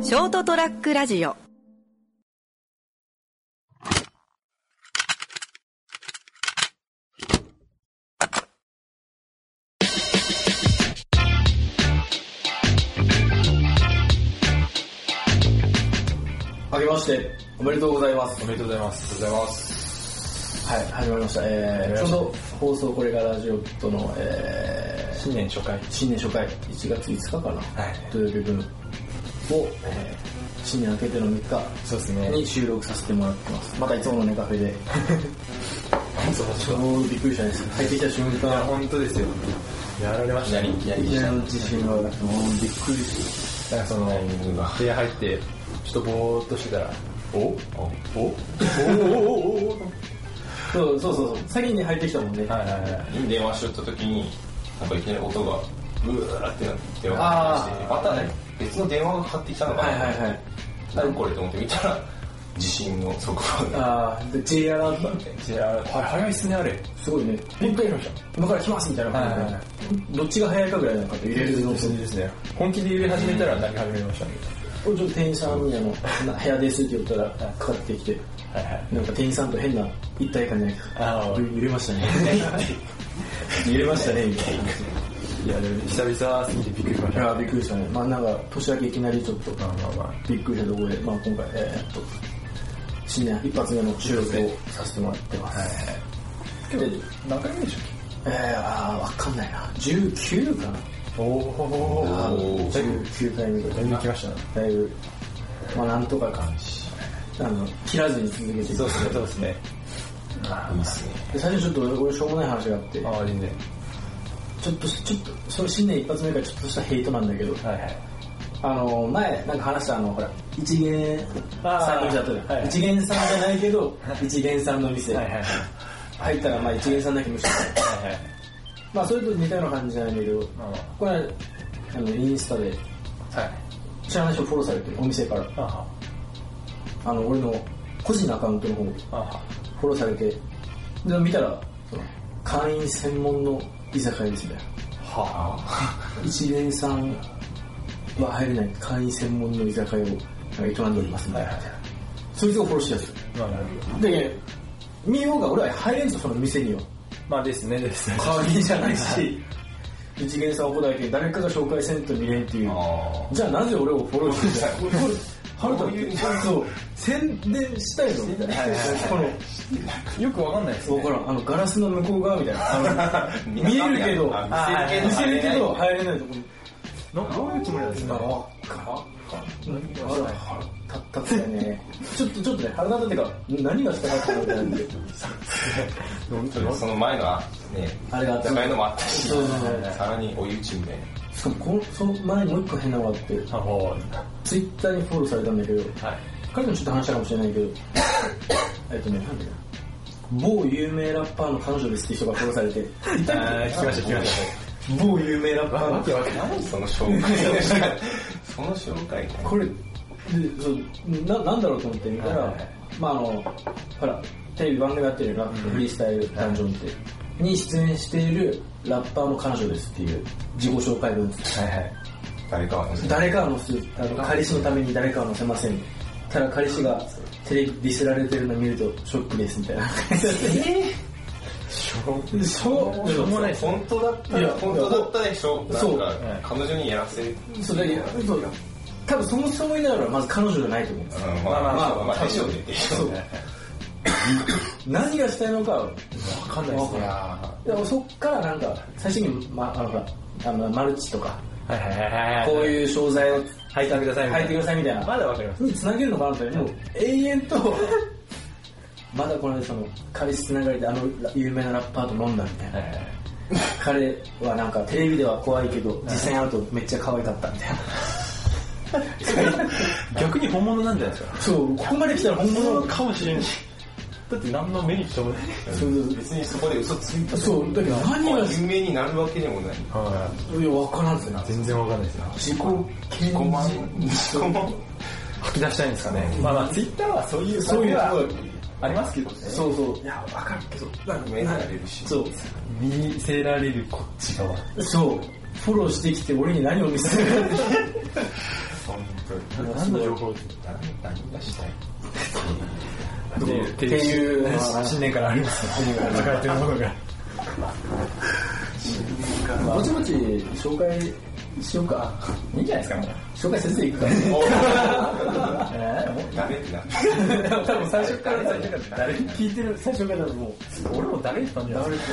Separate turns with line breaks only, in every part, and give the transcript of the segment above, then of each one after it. ショートトラックラジオ
あけましておめでとうございます
おめでとうございます。ありがとうございます。
はい始まりました、えー、ちょうど放送これがラジオットの、えー
新年初回。
新年初回1月5日かな、
はい
土曜日分を、えー新年明けての3
そうです
日
ね。
に収録させてもらってますまたいつものねカフェで
そう
ちょうどびっくりしたんです入ってきた瞬
いや、
間
本当ですよ。やられましたね。や
いきなりの地震がなくてもうびっくりし
なんかその、部屋入って、ちょっとぼーっとしてたら、おおおおおお
そう
お
そうそうそう先に入ってきたもんね、
はいはいはい。
電話しよった時になんかいきなり音がブーってなって
あー
またね別の電話がかかってきたのかな、
はいはいはい
何これと思って見たら地震の速報が
あーで J アラート
じゃあ、早いっすね、あれ。
すごいねびっくりしました今から来ますみたいな感じで、
はいはいは
どっちが早いかぐらいなのかって入れるの
感じですね。本気で揺れ始めたら泣き始めましたね。
ちょっと店員さんにあのな部屋ですって言ったらかかってきて、
はいはい。
なんか店員さんと変な一体感じゃないか。
あー
ゆ揺れま したね。揺れましたね、みたいな。
いや、でも久々すぎてびっくりしまし
い
た。
やー、びっくりしたね。まあなんか年明けいきなりちょっと
まあまあまあ。
びっくりしたところで、まあ今回、えーっと、新年一発目の収録をさせてもらってます。
今日何回目でし
えー、あー、わかんないな。19かな
たっけおお
ー
だいぶ、
?19 回目ぐら
だい
い
ぶ。来ましたね。
だいぶ、まあなんとか感じ。あの、切らずに続けていく
そうですね、そうですね。
いいっすね
で最初ちょっと俺しょうもない話があって、
ああ、いいね。
ちょっと、ちょっと、その新年一発目からちょっとしたヘイトなんだけど、
はいはい。
あの、前、なんか話したあの、ほら、一元
あー
さんの店あったじゃん
はいはい
一元さんじゃないけど、一元さんの店。
はいはいはい
入ったら、まあ一元さんだけ無視して。
はいはい。
まあそれと似たような感じじゃないんだけど、
まあま
これは、あの、インスタで、
あ。はい。
知らない人フォローされてる、お店から。
あは。
あの、俺の個人のアカウントの方
あは。
フォローされて、で、見たら、その会員専門の居酒屋ですね。
は
一元さんは入れない会員専門の居酒屋を営んでおりますみたいな、
はいはい
そいつが殺しやす
あ。まあなるほど。
いで見ようが俺は入れんぞその店には
まあですねですね。
会員じゃないし一元さんを答えて誰かが紹介せんと見れんっていう
あ
じゃあなぜ俺をフォローして んだよハルトってそう宣伝したいのみたいな、こ
よくわかんないです
の
ね。
分からんあのガラスの向こう側みたいなあの 見えるけど
あ
見
見
せ
せ
る
る
け
け
ど
ど
入れないところ
などういうつもりなんですか
あ腹立ったよね。ちょっと、ちょっとね、腹立ったっていうか、何がしたかったのみたいな。
ーそれその前がね
あれがあった
高いのもあったし
そうそうそう
さらに追い打ちみたいな
しかもこの、その前にもう一個変なのがあって、
あほ
ツイッターにフォローされたんだけど、
はい。
彼にもちょっと話したかもしれないけど、えっとね、なんだよ。某有名ラッパーの彼女ですって人がフォローされて、
あー来ました来まし
某有名ラッパ
た。
ーの
わけわかんない。
何その紹 介その紹介
これでそうななんだろうと思って見たら、
はいはいはい
まああのほらテレビ番組やってるよラップフリースタイルダンジョンって、に出演しているラッパーの彼女ですっていう自己紹介文
はいはい。
誰かは載せ
誰かを載せあの彼氏のために誰かは載せませんただ彼氏がテレビディスられてるの見るとショックですみたいな
しょう
えそう
しょうもないですね。
本当だった
いや
ら本当だったでしょなん
そう
か彼女にやらせる
そうだけどそう多分そもそもいながらまず彼女じゃないと思うんです
うんまあまあまあまあでしょうねでしょうね
何がしたいのかは
わかんないですね。
でもそっからなんか最初に、ま、あのほらあのマルチとか
はいはいはいはい。
こう
う。
いう商材を
入ってください
入
みたい
っ
な
てくださいみたいな、
まだわかります。
につなげるのかなと思ってもう永遠と まだこの間その彼氏つながりであの有名なラッパーと飲んだみたいな、
はいはい。
彼はなんかテレビでは怖いけど実際に会うとめっちゃ可愛かったみ たいな
逆に本物なんじゃないですか。
そうここまで来たら本物
かもしれない。だって何の目にしてもない。
そう
別にそこで嘘ついた
そうだけど何が
有名になるわけでもない
はい。
や分からんすよない
全然わかんないですね。
自己
自己満自己満
吐き出したいんですかね。まあまあ、ツイッターはそういう、
そういう
のはありますけどね。
そうそういや分かるけどなんか
目になれるし
そう
見せられるこっち側。
そう。フォローしてきて俺に何を見せるか
何の情報って
何がしたい
いう
っていう
ね
まあ
信念からありますね。信念からてるものが。
ぼちぼち紹介しようか。
いいんじゃないですか、もう。
紹介せずにいくか。え
ダメって なって
ー多分最初から
最初から
誰に聞いてる最初からだともう。
俺も誰言ったんじゃないです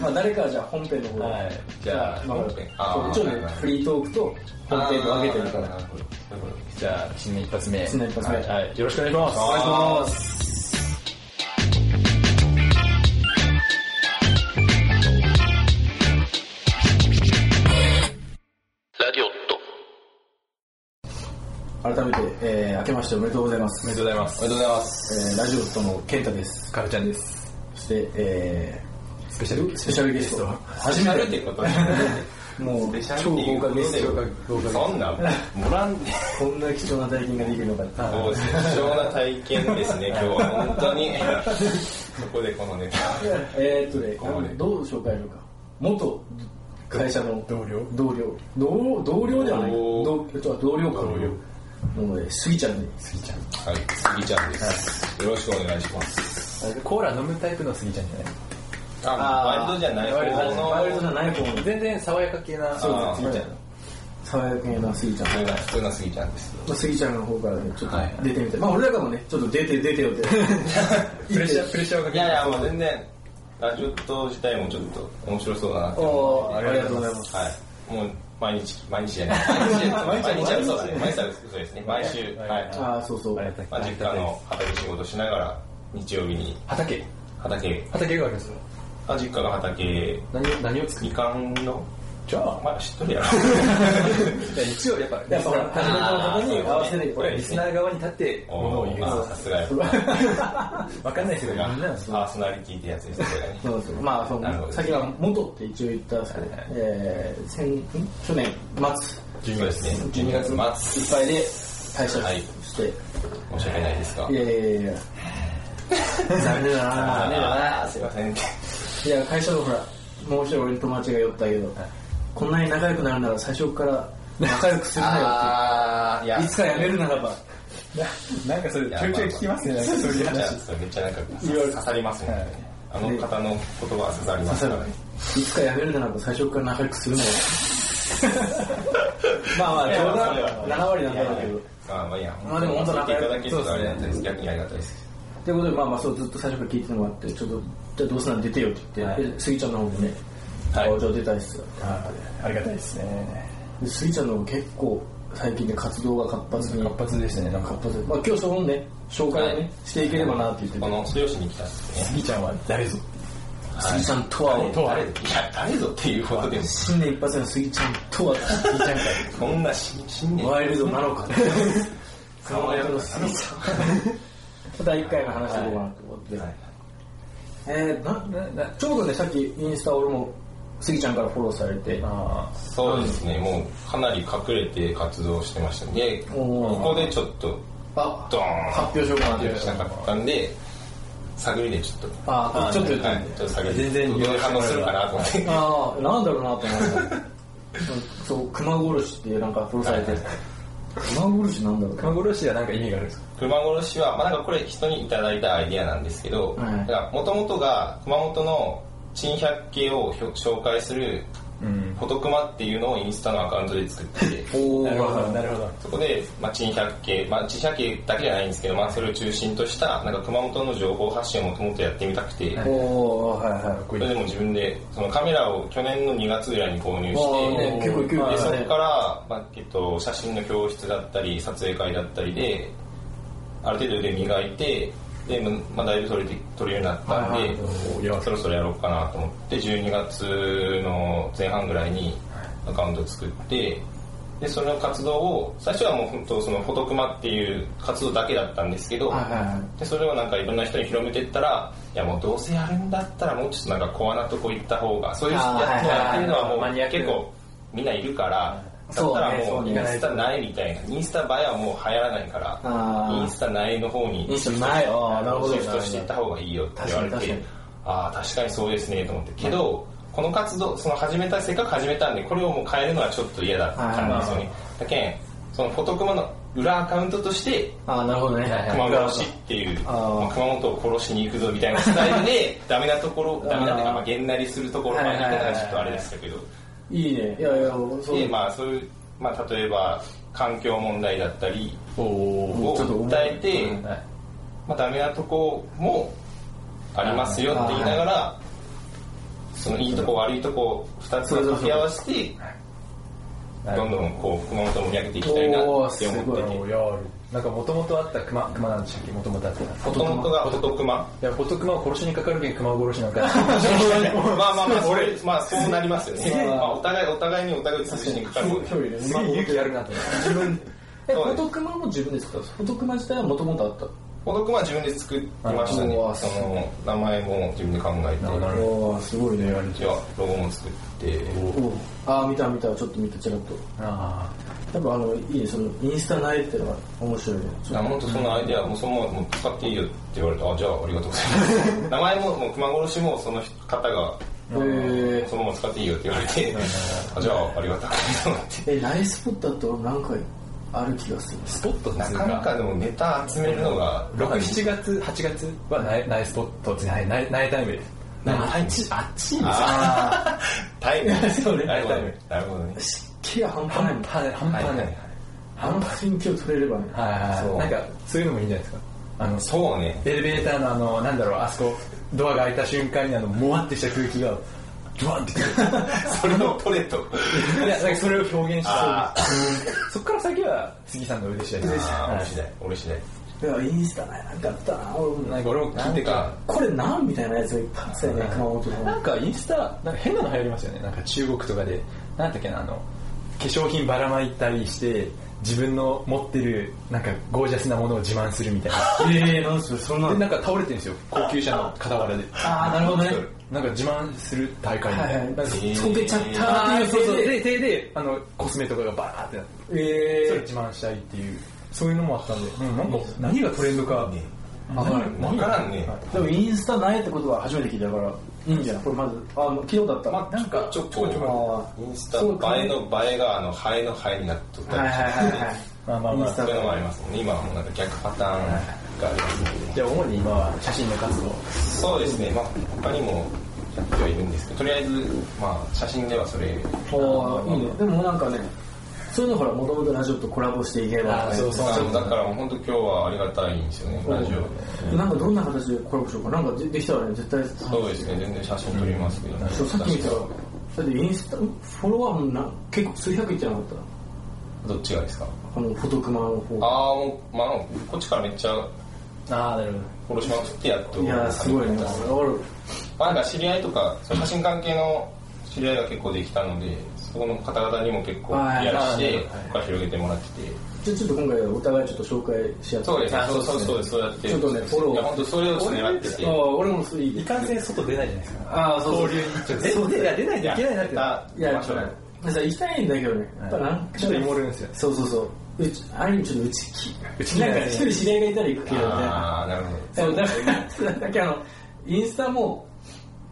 まあ誰かじゃあ本編の方で。
はい
じゃあ
まあ
本編あー
そう一応ねフリートークと本編分けてるから。
なるほどなるほど
か。じゃあ、新年一発目。
新年一発目
はいはい。よろしくお願いします。
お願いし
あー改めて、えー、明けましておめでとうございます。
おめでとうございます。
おめでとうございます
えーラジオとの健太です。
カルちゃんです。
そして、え
スペシャル
ー、スペシャルゲスト。初め
やるって
て。
ことね
もう
スペシャル
超豪華ゲス
っ
ト
て
が
いう
豪華です
そんなもらんで
こんな貴重な体験ができるのかって。
もう貴重な体験ですね今日は本当にそこでこのネタ
えーっとね、
ここまで
どう紹介しようか。元会社の
同僚
同僚。同同僚ではない。
同
同同僚か。
同僚
もうね、スギちゃんに。
はい、杉ちゃんです。よろしくお願いします。
コーラ飲むタイプのスギちゃんじゃない
あ、ワイルドじゃない方
ワイルドじゃ
の、
ワイルドじゃない方の。
全然爽やか系な。
そう
あ
ですね、杉ちゃん。
爽やかなスギちゃん。
普通な、普通な杉ちゃんです。
まあ、スギちゃんの方からね、ちょっ
はい
と出てみたい。まあ、俺らからもね、ちょっと出て、出てよって。
ープレッシャー、プレッシャーをか
い
け
やいや、もう全然、ラジオと自体もちょっと面白そうだなって
おー
思っ
あり
て。
がとうございます。
はい。もう、毎日、毎日じゃない。毎日、毎日、そうだね。毎日はそうですね。毎週、
は
はいい。
ああ、そうそう。
ありがとうご
ま
ざ
あ、
い
実
ます
家の畑仕事しながら、日曜日に
畑。
畑へ、
畑があるんですよ。
あ、実家の畑へ、
何を、何を作る
みかんの、
じゃあ、
まあ、知っとるやろ。
一応やっぱ、
やっぱほら、初めての方に合わせる。
これ
リスナー側に立って、ものを
お
言う
ー。あーさすがや。
わかんないですけど、みんなですよ。
パーソナリティってやつですね。
そうそうまあそ
なるほ
の
ど
先は元って一応言ったんですけど、
はいはい
えー先ん去年末
そうですね。12月末。
いっぱいで退社
はい
して、
申し訳ないですか。
い、やいやいや残念だな
あーすいません。
いや会社のほらもう一人俺の友達が酔ったけど、こんなに仲良くなるなら最初から仲良くするなよ
あー、い
っ
や
ていつか辞めるならば
なんかそれ、ち
や
ょいちょい聞きますね、なんかそういう
めっちゃ
話。
そうめっちゃなんか刺さりますもん
はい
ね。あの方の言葉は刺さりますからね。
いつか辞めるならば最初から仲良くするなよ まあまあ冗
いやそれは
談7割なんだろうけど
まあまあいいや。
まあでも本当仲
聞い
良
て
く
いただけるとありがたいです。逆にありがたいです。
ってことで、まあまあ、そう、ずっと最初から聞いててもらって、ちょっと、じゃあどうすんなん出てよって言って、
はい
でスギちゃんの方もね、
はい
あじゃあ出たいっすよ
ありがたいですね。
でスギちゃんの方結構、最近で活動が活発に。
活発でしたね、なんか。
活発でまあ今日そのね、紹介を
は
ね
い、
していければなって言ってて
こ、の、それをしに来たんです
ス
ね。
ギちゃんは誰ぞ。
スギちゃんとはを、
とは
誰いや、誰ぞっていうことでも、
新年一発目のスギちゃんとは、
スギちゃんか
そんなし新年
ワイルドなの か。
爽やかな
スギち ゃん。第一回の話していこうかなと思って。
はい
えーなななちょうどね、さっきインスタ俺も、スギちゃんからフォローされて、
あ
そうですね、もうかなり隠れて活動してましたんで、
おー
ここでちょっと、
あ、
ドーン
発表しようかなっ
発表してな。かったんで、探りでちょっと。
ああ、ちょっと言って
は
み
い
て。
ちょっと探りで。
全然
どういう反応するかなと思って。
ああ、なんだろうなと思って。そう、熊殺しってなんか殺されて
はいは。
熊殺しなんだろう
ー。熊殺しはなんか意味があるんですか
熊殺しは、まあ、なんかこれ人にいただいたアイディアなんですけど、
はい
もともとが熊本の珍百景をひょ紹介する
うん。
フォトクマっていうのをインスタのアカウントで作ってて、
お
なるほど、
ー
なるほど。
そこで、まあ、珍百景、まあ、珍百景だけじゃないんですけど、まあ、それを中心とした、なんか熊本の情報発信をもともとやってみたくて、
おー、はい
かっ
は
こ
そ
いい
れで。も自分でそのカメラを去年の2月ぐらいに購入
い。
して、
まあね、結構いくよ
で
ね。
そ
そ
こ
れ
から、まあえっと、写真の教室だったり撮影会だったりである程度腕磨いてで、ままあ、だいぶ取れて取れるようになったんで、
はいはい
いやそろそろやろうかなと思って12月の前半ぐらいにアカウント作ってでその活動を最初はもう本当そのフォトクマっていう活動だけだったんですけど、
はいはいはい。
でそれをなんかいろんな人に広めていったらいやもうどうせやるんだったらもうちょっとなんかコアなとこ行った方がそういうや
あー
つをやってるのはも
はいはいはいマニアッ
う
ク
結構みんないるからだ
そ
っ
う
た
ね
らも
そう
う
ね
インスタないみたいなインスタ映えはもう流行らないから
あー
インスタないの方に
インスタないあーなるほど
シフトしていった方がいいよって言われ
確かに
て
確か
ああ確かにそうですねと思ってけどこの活動その始めたせっかく始めたんでこれをもう変えるのはちょっと嫌だったんですよねだけんそそのフォトクマの裏アカウントとして
ああなるほどね
熊殺しっていう
あー
まあ熊本を殺しに行くぞみたいなスタイ ルでダメなところダメなって
あ
いうか
ー
まあげんなりするところまで行くのがちょっとあれでしたけど
いいねいやいやそう
でまあそういうまあ例えば環境問題だったり
おお
を
ちょっと重い
訴えて
うん
はい
まあダメなとこもありますよって言いながらそのいいとこ悪いとこ2つを掛け合わせて
なる
ど
ほ
んどんこう熊本を盛り上げていきたいな
おー
って
す
思って
ごい
どいやあるなんかもともとあった熊熊なんでしたっけもともとあった
もともとが男熊
いやホトクマを殺しにかかるけん熊殺しなんか
まあまあまあ、それ、まあそうなりますよね。まあお互い、お互いにお互いを潰しにかかる
す
の
ごい
で。
距離です
げえ勇気あるなと思って
自分えフォトクマも自分ですかフォトクマ自体はもともとあった
孤独は自分で作りましたね
うわ。
その、名前も自分で考えて、
なるほ
おおすごいねあれ
じゃあロゴも作って、
おああ見た見たちょっと見たちらっと
あ
やっぱあのいいねそのインスタないってのは面白いねちょ
あ本当そのアイデアもうそのままもう使っていいよって言われて、あ、じゃあありがとうございます。名前も、もう熊殺しもその方が、
え
そのまま使っていいよって言われて、あじゃあありがたいと思って。
ー、えライスポットだと何回ある気がする
スポットって
な
いう
かなかでもネタ集めるのが、
67月8月はないないスポットじゃないないないタイムですあっちあっちです
あータイ ム。
そうね
なるほどね。なるほどね。
湿気が半端ない
半
もん
端ない半端ない
はい
半端に気を取れればね
はいはい
そう
はいなんかそういうのもいいんじゃないですかあの
そうね。
エレベーターのあのなんだろうあそこドアが開いた瞬間にあのもわってした空気がドワン ってくる
それを取れと。
いやなんかそれを表現して
あ
そっから先は杉さんの腕次第です
あー
は
俺
い
次第、俺次第。
いやインスタないなんかあったな俺も
なんか俺も聞いてか
これなんみたいなやつがいっぱいあったよね熊本
な
の
んかインスタなんか変なの流行りますよねなんか中国とかでなんだっけなあの化粧品ばらまいたりして自分の持ってるなんかゴージャスなものを自慢するみたいな
ええなんすよそんな
でなんか倒れてるんですよ高級車の傍らで
ああなるほどね
なんか自慢する大会み
は
た
い
い
はい
な,、
なんか
えー
溶けちゃった
あ
っ
あ
て
そ
いうう
そう
手で
で手であのコスメとかがバーってなってそれ
え
自慢したいっていうそういうのもあったんで、うん、なんか何がトレンドか
ね
わかる
わからんね。
えでもインスタないってことは初めて聞いたからいいんじゃないこれまずあの昨日だった
まあ、
なん
なんかちょこちょこ
あ。ー
インスタ
そうか
映えの映えが、あの、ハエのハエになっとっ
はい
た
はい
りして
はいはい
まあまあまあ
インスタ
そういうのもありますもんね。今はもうなんか逆パターンがありますもんね
じゃあ主に今は写真の活動
そうですね。まあ、他にもやってはいるんですけど、とりあえず、まあ、写真ではそれ。
おーいいねでもなんかねそういうのほらもともとラジオとコラボしていけば
あーそうそう
あのだから本当今日はありがたいんですよね、ラジオ。
なんかどんな形でコラボしようかなんかでできたらね絶対
そうですね、全然写真撮りますけど。
そうさっき見たらだってインスタフォロワーもな結構数百いってなかった
どっちがですか
あのフォトクマの方
ああ、もう、まあ、こっちからめっちゃ
ああなるほど
殺しまくってやっと。
いやーすごいね俺
まあ、なんか知り合いとか、その写真関係の知り合いが結構できたので、そこの方々にも結構
はい
やらして
はい、
他広げてもらってて。
ちょちょっと今回お互いちょっと紹介し合って
そうですね
あ、
そうそうそうです、そうやって。
ちょっとねフォロー
いや、本当それを狙ってて。
ああ俺もそういい
いかんせん外出ないじゃないですか
ああそうそう
そう出ない出ないといけないなって
いや
まあそう
だから行きたいんだけどねやっぱなんか
ちょっとイモるんですよ
そうそうそううちある意味ちょっとうち
う
き
ちき
なんか一人知り合いがいたら行くけどみたいな
ああ、なるほど。
そうだから、そうだけどあの、インスタも、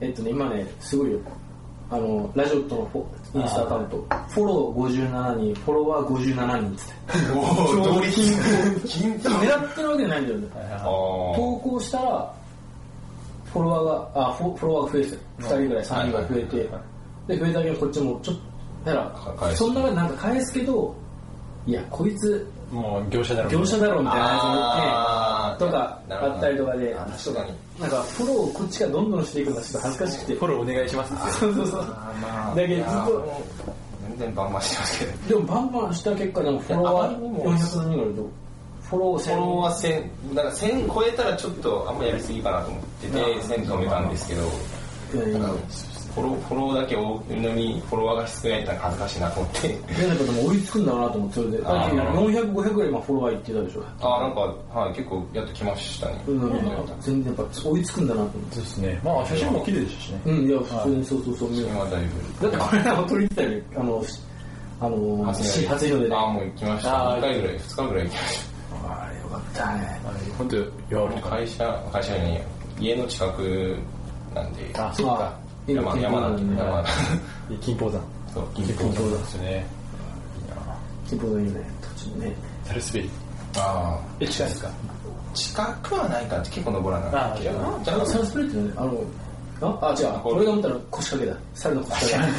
えっとね、今ね、すごいよ。あの、ラジオとのフォインスタアカウント、フォロー57人、フォロワー57人っつって。
おお、同率。 均等。
狙ってるわけじゃないんだよね。
あ
投
ー
稿したら、フォロワーが、あ、フォフォロワーが増えてる。2人ぐらい、3人ぐらい増え
はいはいは
て。で、増えたけど、こっちもちょっと、だか
返
ら、
す
そんな中でなんか返すけど、いや、こいつ、
もう業者だろう
業者だろみたいなやつ
あー
思って、とか、
なるほど
あったりとかで、
あ確かに。
なんかフォローをこっちがどんどんしていくのがちょっと恥ずかしくて。
フォローお願いしますって
そうそうそう。
まあ
だけど
いやー
ずっと
もう全然バンバンしてますけ ど。
でもバンバンした結果、でもフォロワー
いやあまりにも
400人ぐらいいると。フォロー
フォロ
1000
ワー1000、なんか1000超えたらちょっとあんまやりすぎかなと思ってて、1000止めたんですけど、
人ぐらいいる。
フォローフォローだけ多いのに、フォロワーが少ないってなんか恥ずかしいなと思って。
変なことも追いつくんだろうなと思って、それで。だ
あ
って
ー
400、500ぐらい今フォロワーいってたでしょ。
ああ、なんか、はい、結構やっときましたね。
うん、なんか全然やっぱ追いつくんだなと思って。
そうですねまあ写真も綺麗でしたしね
うん、いや、普通にそうそうそう見る。
今だい
だ
ぶ。
ってこれは取りに行ったよね。あの、しあのー、し初日の出で。
ああ、
あ
もう行きました。
あー
2回ぐらい、2日ぐらい行きまし
れよかったね。
本当や
た。会社、会社に家の近くなんで、
あそっか
今
山、山なんで、山なんで。
金峰山
そう、
金
銀
峰
行
山ですね
金峰山いいね。土地ですよね
サルスベリ
あ
え近いですか
あ近くはないかって結構登らな
あ
いけど
あ
じゃあ
サルスプレーってねあのああ違う俺が見たら腰掛けだ猿の腰掛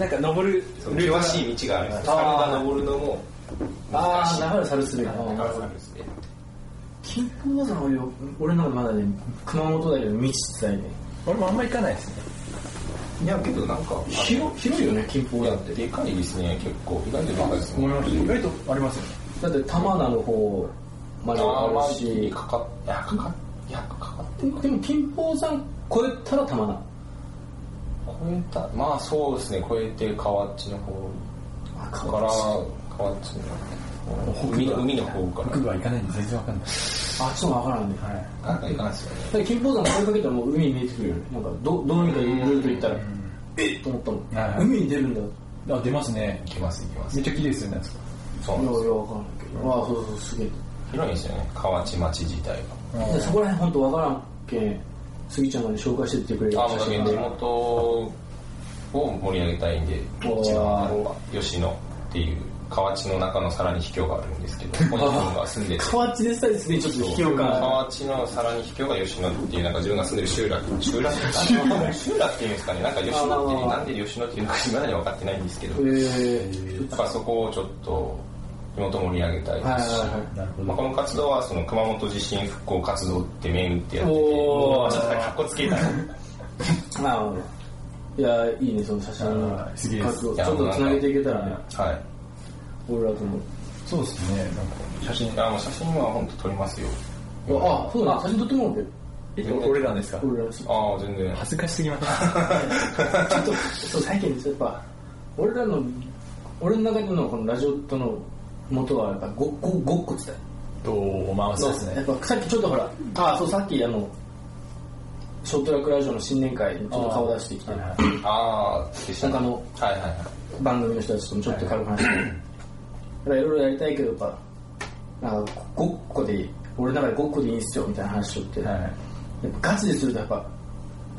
け
なんか登る
そう険しい道があるんですよ
あー
猿が登るのも
あ
難し
あ
い
だからサルスベリー
だから猿ですね
金峰山はよ俺の中でまだね熊本だけど道伝いね
俺もあんま行かないですね
いやけどなんか
広広いよね金峰山っ
でかいですね結構意外とでかいですね
思いました意外とありますよね
てだって玉名の方まで
あー
あ
ま
る
あ
し
かかっいやかかいやかかって
でもでも金峰山超えたら玉名
超えたまあそうですね超えて河内の方
あ
から河内の方海の海の方か
僕は行かないんで全然わかんない
あっちも分からんね
はい
らなんか行かないですよね
だから金峰山追いかけたらもう海見えてくるよねなんかどどうにかいろいろと行ったらえっと思ったもん、
はいはい
海に出るんだよ
あ出ますね
行きます行きます
めっちゃ綺麗ですよねあそこ
そう
い
な
やい
んで
や
すよ
分からんけどああそうそうすげえ
広いんですよね河内町自体
でそこら辺本当わからんけん杉ちゃんがね紹介してってくれる
があもうだけど地
で
元を盛り上げたいんで
おー
一番あの吉野っていう河内の中のさらに秘境があるんです けどここに自分が住んでて
河内でさえすでにちょっと卑怯感
河内のさらに秘境が吉野っていうなんか自分が住んでる集落集落 あの集落っていうんですかねなんか吉野っていうなんで吉野っていうのか未だに分かってないんですけど
えー
だからそこをちょっと地元盛り上げたいです
はい
し、
はい
なるほ
まあ、この活動はその熊本地震復興活動って銘打ってやってて
おー
まあ ちょっとかっこつ けたい
はいなるほどいやいいねその写真の
すげえです
活動ちょっとつなげていけたらね
はい
俺らとも
そうですねなんか写真
いやもう写真は本当撮りますよ
あそうだね写真撮ってもらおう
え俺らですか
け俺らちょ
ああ全然
恥ずかしすぎます
っとそう最近やっぱ俺らの俺の中でのこのラジオとの元はやっぱごっこごっこって言った
とおまわそうです
や
ね
っぱさっきちょっとほらあそうさっきあのショートラックラジオの新年会にちょっと顔出してきて
はいはい
ああでした
なんかあの
はいはいはい
番組の人たちともちょっと軽く話して、だからいろいろやりたいけどやっぱなんかごっこでいい俺の中でごっこでいいんすよみたいな話しとって、
はい
やっぱガチでするとやっぱ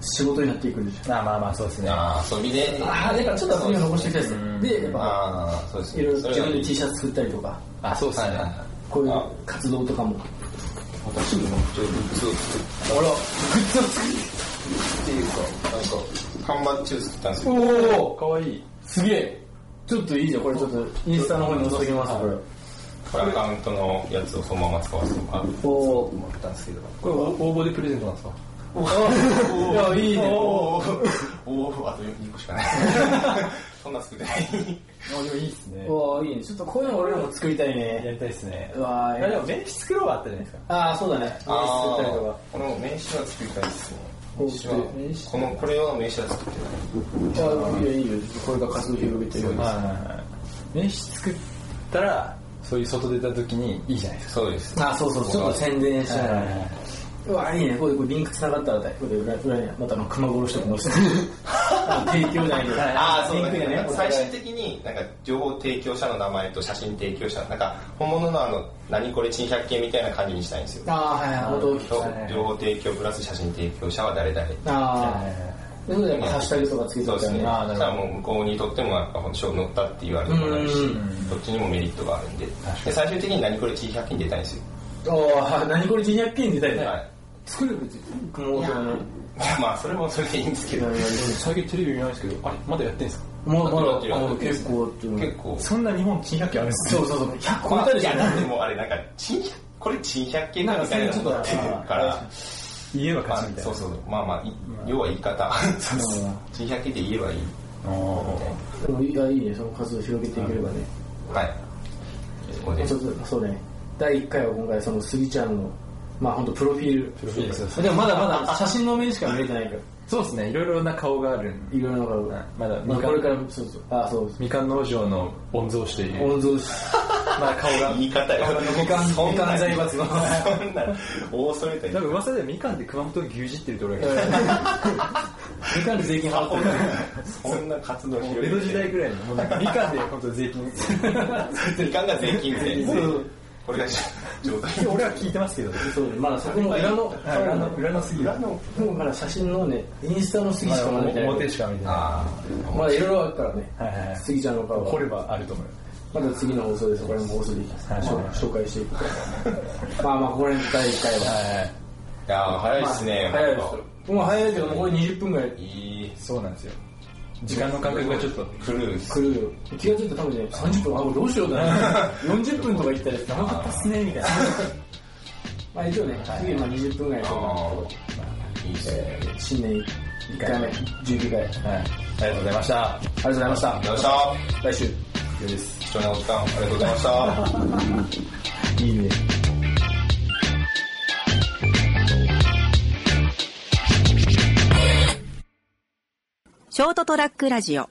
仕事になっていくじゃん
まあまあまあそうですね
ああ遊びで
ああだからちょっとそういうの残していきたいです
う
ね
ん
でやっぱ
ああそうです
いろいろ自分で T
シ
シャツ作ったりとか
あそうで
は
す
いはいはい
ね
こういう
あ
活動とかも
私もちょっとグッズを作っ
あらグッズを作る
ていうかなんか看板中作ったんですよ
おお
かわいい
すげえちょっといいじゃんこれちょっとインスタの方に載せときますこれ
これアカウントのやつをそのまま使わせてもらう
おお
思ったんですけど
これ応募でプレゼントなんですか
いやいいね
おーおーあと2個し かないそんな少ない
あでもいいですね
おーいいねちょっとこういうの俺らも作りたい
や
ね
りたいですね
うわ
い
ー
やでもベンチ作ろうはあったじゃないですか
ああそうだね
あ
作ったりと
ー
か
この名刺は作りたいですね
お
名刺は
名刺
このこれは名刺は作ってない
あいやいいよこれが活動広げてる
はいはいはいベンチ作ったらそういう外出た時にいいじゃないです
そうです
あそうそうちょっと宣伝し
か
ながらねうわいいねこれこれリンク繋がったらだいこれ裏裏にまたあの熊殺しとか載せて あの提供内で
ああそう
リ
だ
ンク
ね
でね
最終的になんか情報提供者の名前と写真提供者なんか本物のあの何これ珍百景みたいな感じにしたいんですよ
ああはいはい本当大きく
そ
した
う
ね
情報提供プラス写真提供者は誰々
ああでそれでやっぱハッシュタグとかつけて
そう
おい
で
たら
すね
ね
そ
あ
したらもう向こうにとってもやっぱ本乗ったって言われてもらえるし
うん
どっちにもメリットがあるんで
確かに
で最終的に何これ珍百景に出たいんですよ
ーあー何これ200件出たいね
はい
作る熊本のね
いやまあそれもそれでいいんですけ
い
ど
やいやいや
最近テレビ見ないですけどあれまだやってんすか
もうま
やってるや
だ
って
あの
る
結構っていうの
結構
そんな日本珍百景あるんです
そうそうそう100超
ま
え
あ
たり
い
じ
や
ゃ
なん
な
で
い
もあれなんか珍百これ珍百景か
なん
みたいなのが
かそ
出て
れちょっと
るか
あ
ら
言えば
まあ
勝ちみたい
そ
な
うそうまあまあい要は言い方そうそう珍百景で言えばいいみ
あ
たい
でもいやいいねその活動を広げていければね
なはいそこで
ちょっとそうね第1回は今回そのスギちゃんのまあ本当プロフィール
プロフィールそうそう
でもまだまだ写真の面しか見れてないから
そうですねいろいろな顔があるんで
いろいろな
は
か
いまだ
これからそうそうあそう
みかん農場の御曹司という
御曹司
まあ顔が
言い方よ
みかん
そ
み
な
かん財閥の
そんな大それた
なん
り
か噂ではみかんって熊本を牛耳ってると俺が
みかんで税金払ってる
そんな活動広
江
げ
戸
て
時代ぐらいのもうなんかみかんで本当税金
時間が税金みたいな
そう
これが状態
俺は聞いてますけど
そうねまだそこの裏の
はい裏の裏のすぎる
裏の
でもまだ写真のねインスタのスギ
ま
し
だ
かまだ見てない
表しか見てな
ああ
まだいろいろあるからね
いはいはい
スギちゃんの顔は
掘ればあると思う
また次の放送でそこら辺も放送でいきます、
はい
まあ紹介していくと まあまあこれ第1回は、
はい
いやー早いですね、
まあ早いですよもう早いけどもうこれ20分ぐらい
いい
そうなんですよ時間の感覚がちょっと
クルーズ
来るよ気が付いたら多分ね30分あこれどうしようだな40分とか言ったら長かったっすねみたいな まあ一応ね次まあ20分ぐらいで
あーいいですね
新年1回目19回あり
はいありがとうございました
がとうございまし
あ
た
りがとうございま
来
し
週
た貴重なお時間ありがとうございました
いいね
ショートトラックラジオ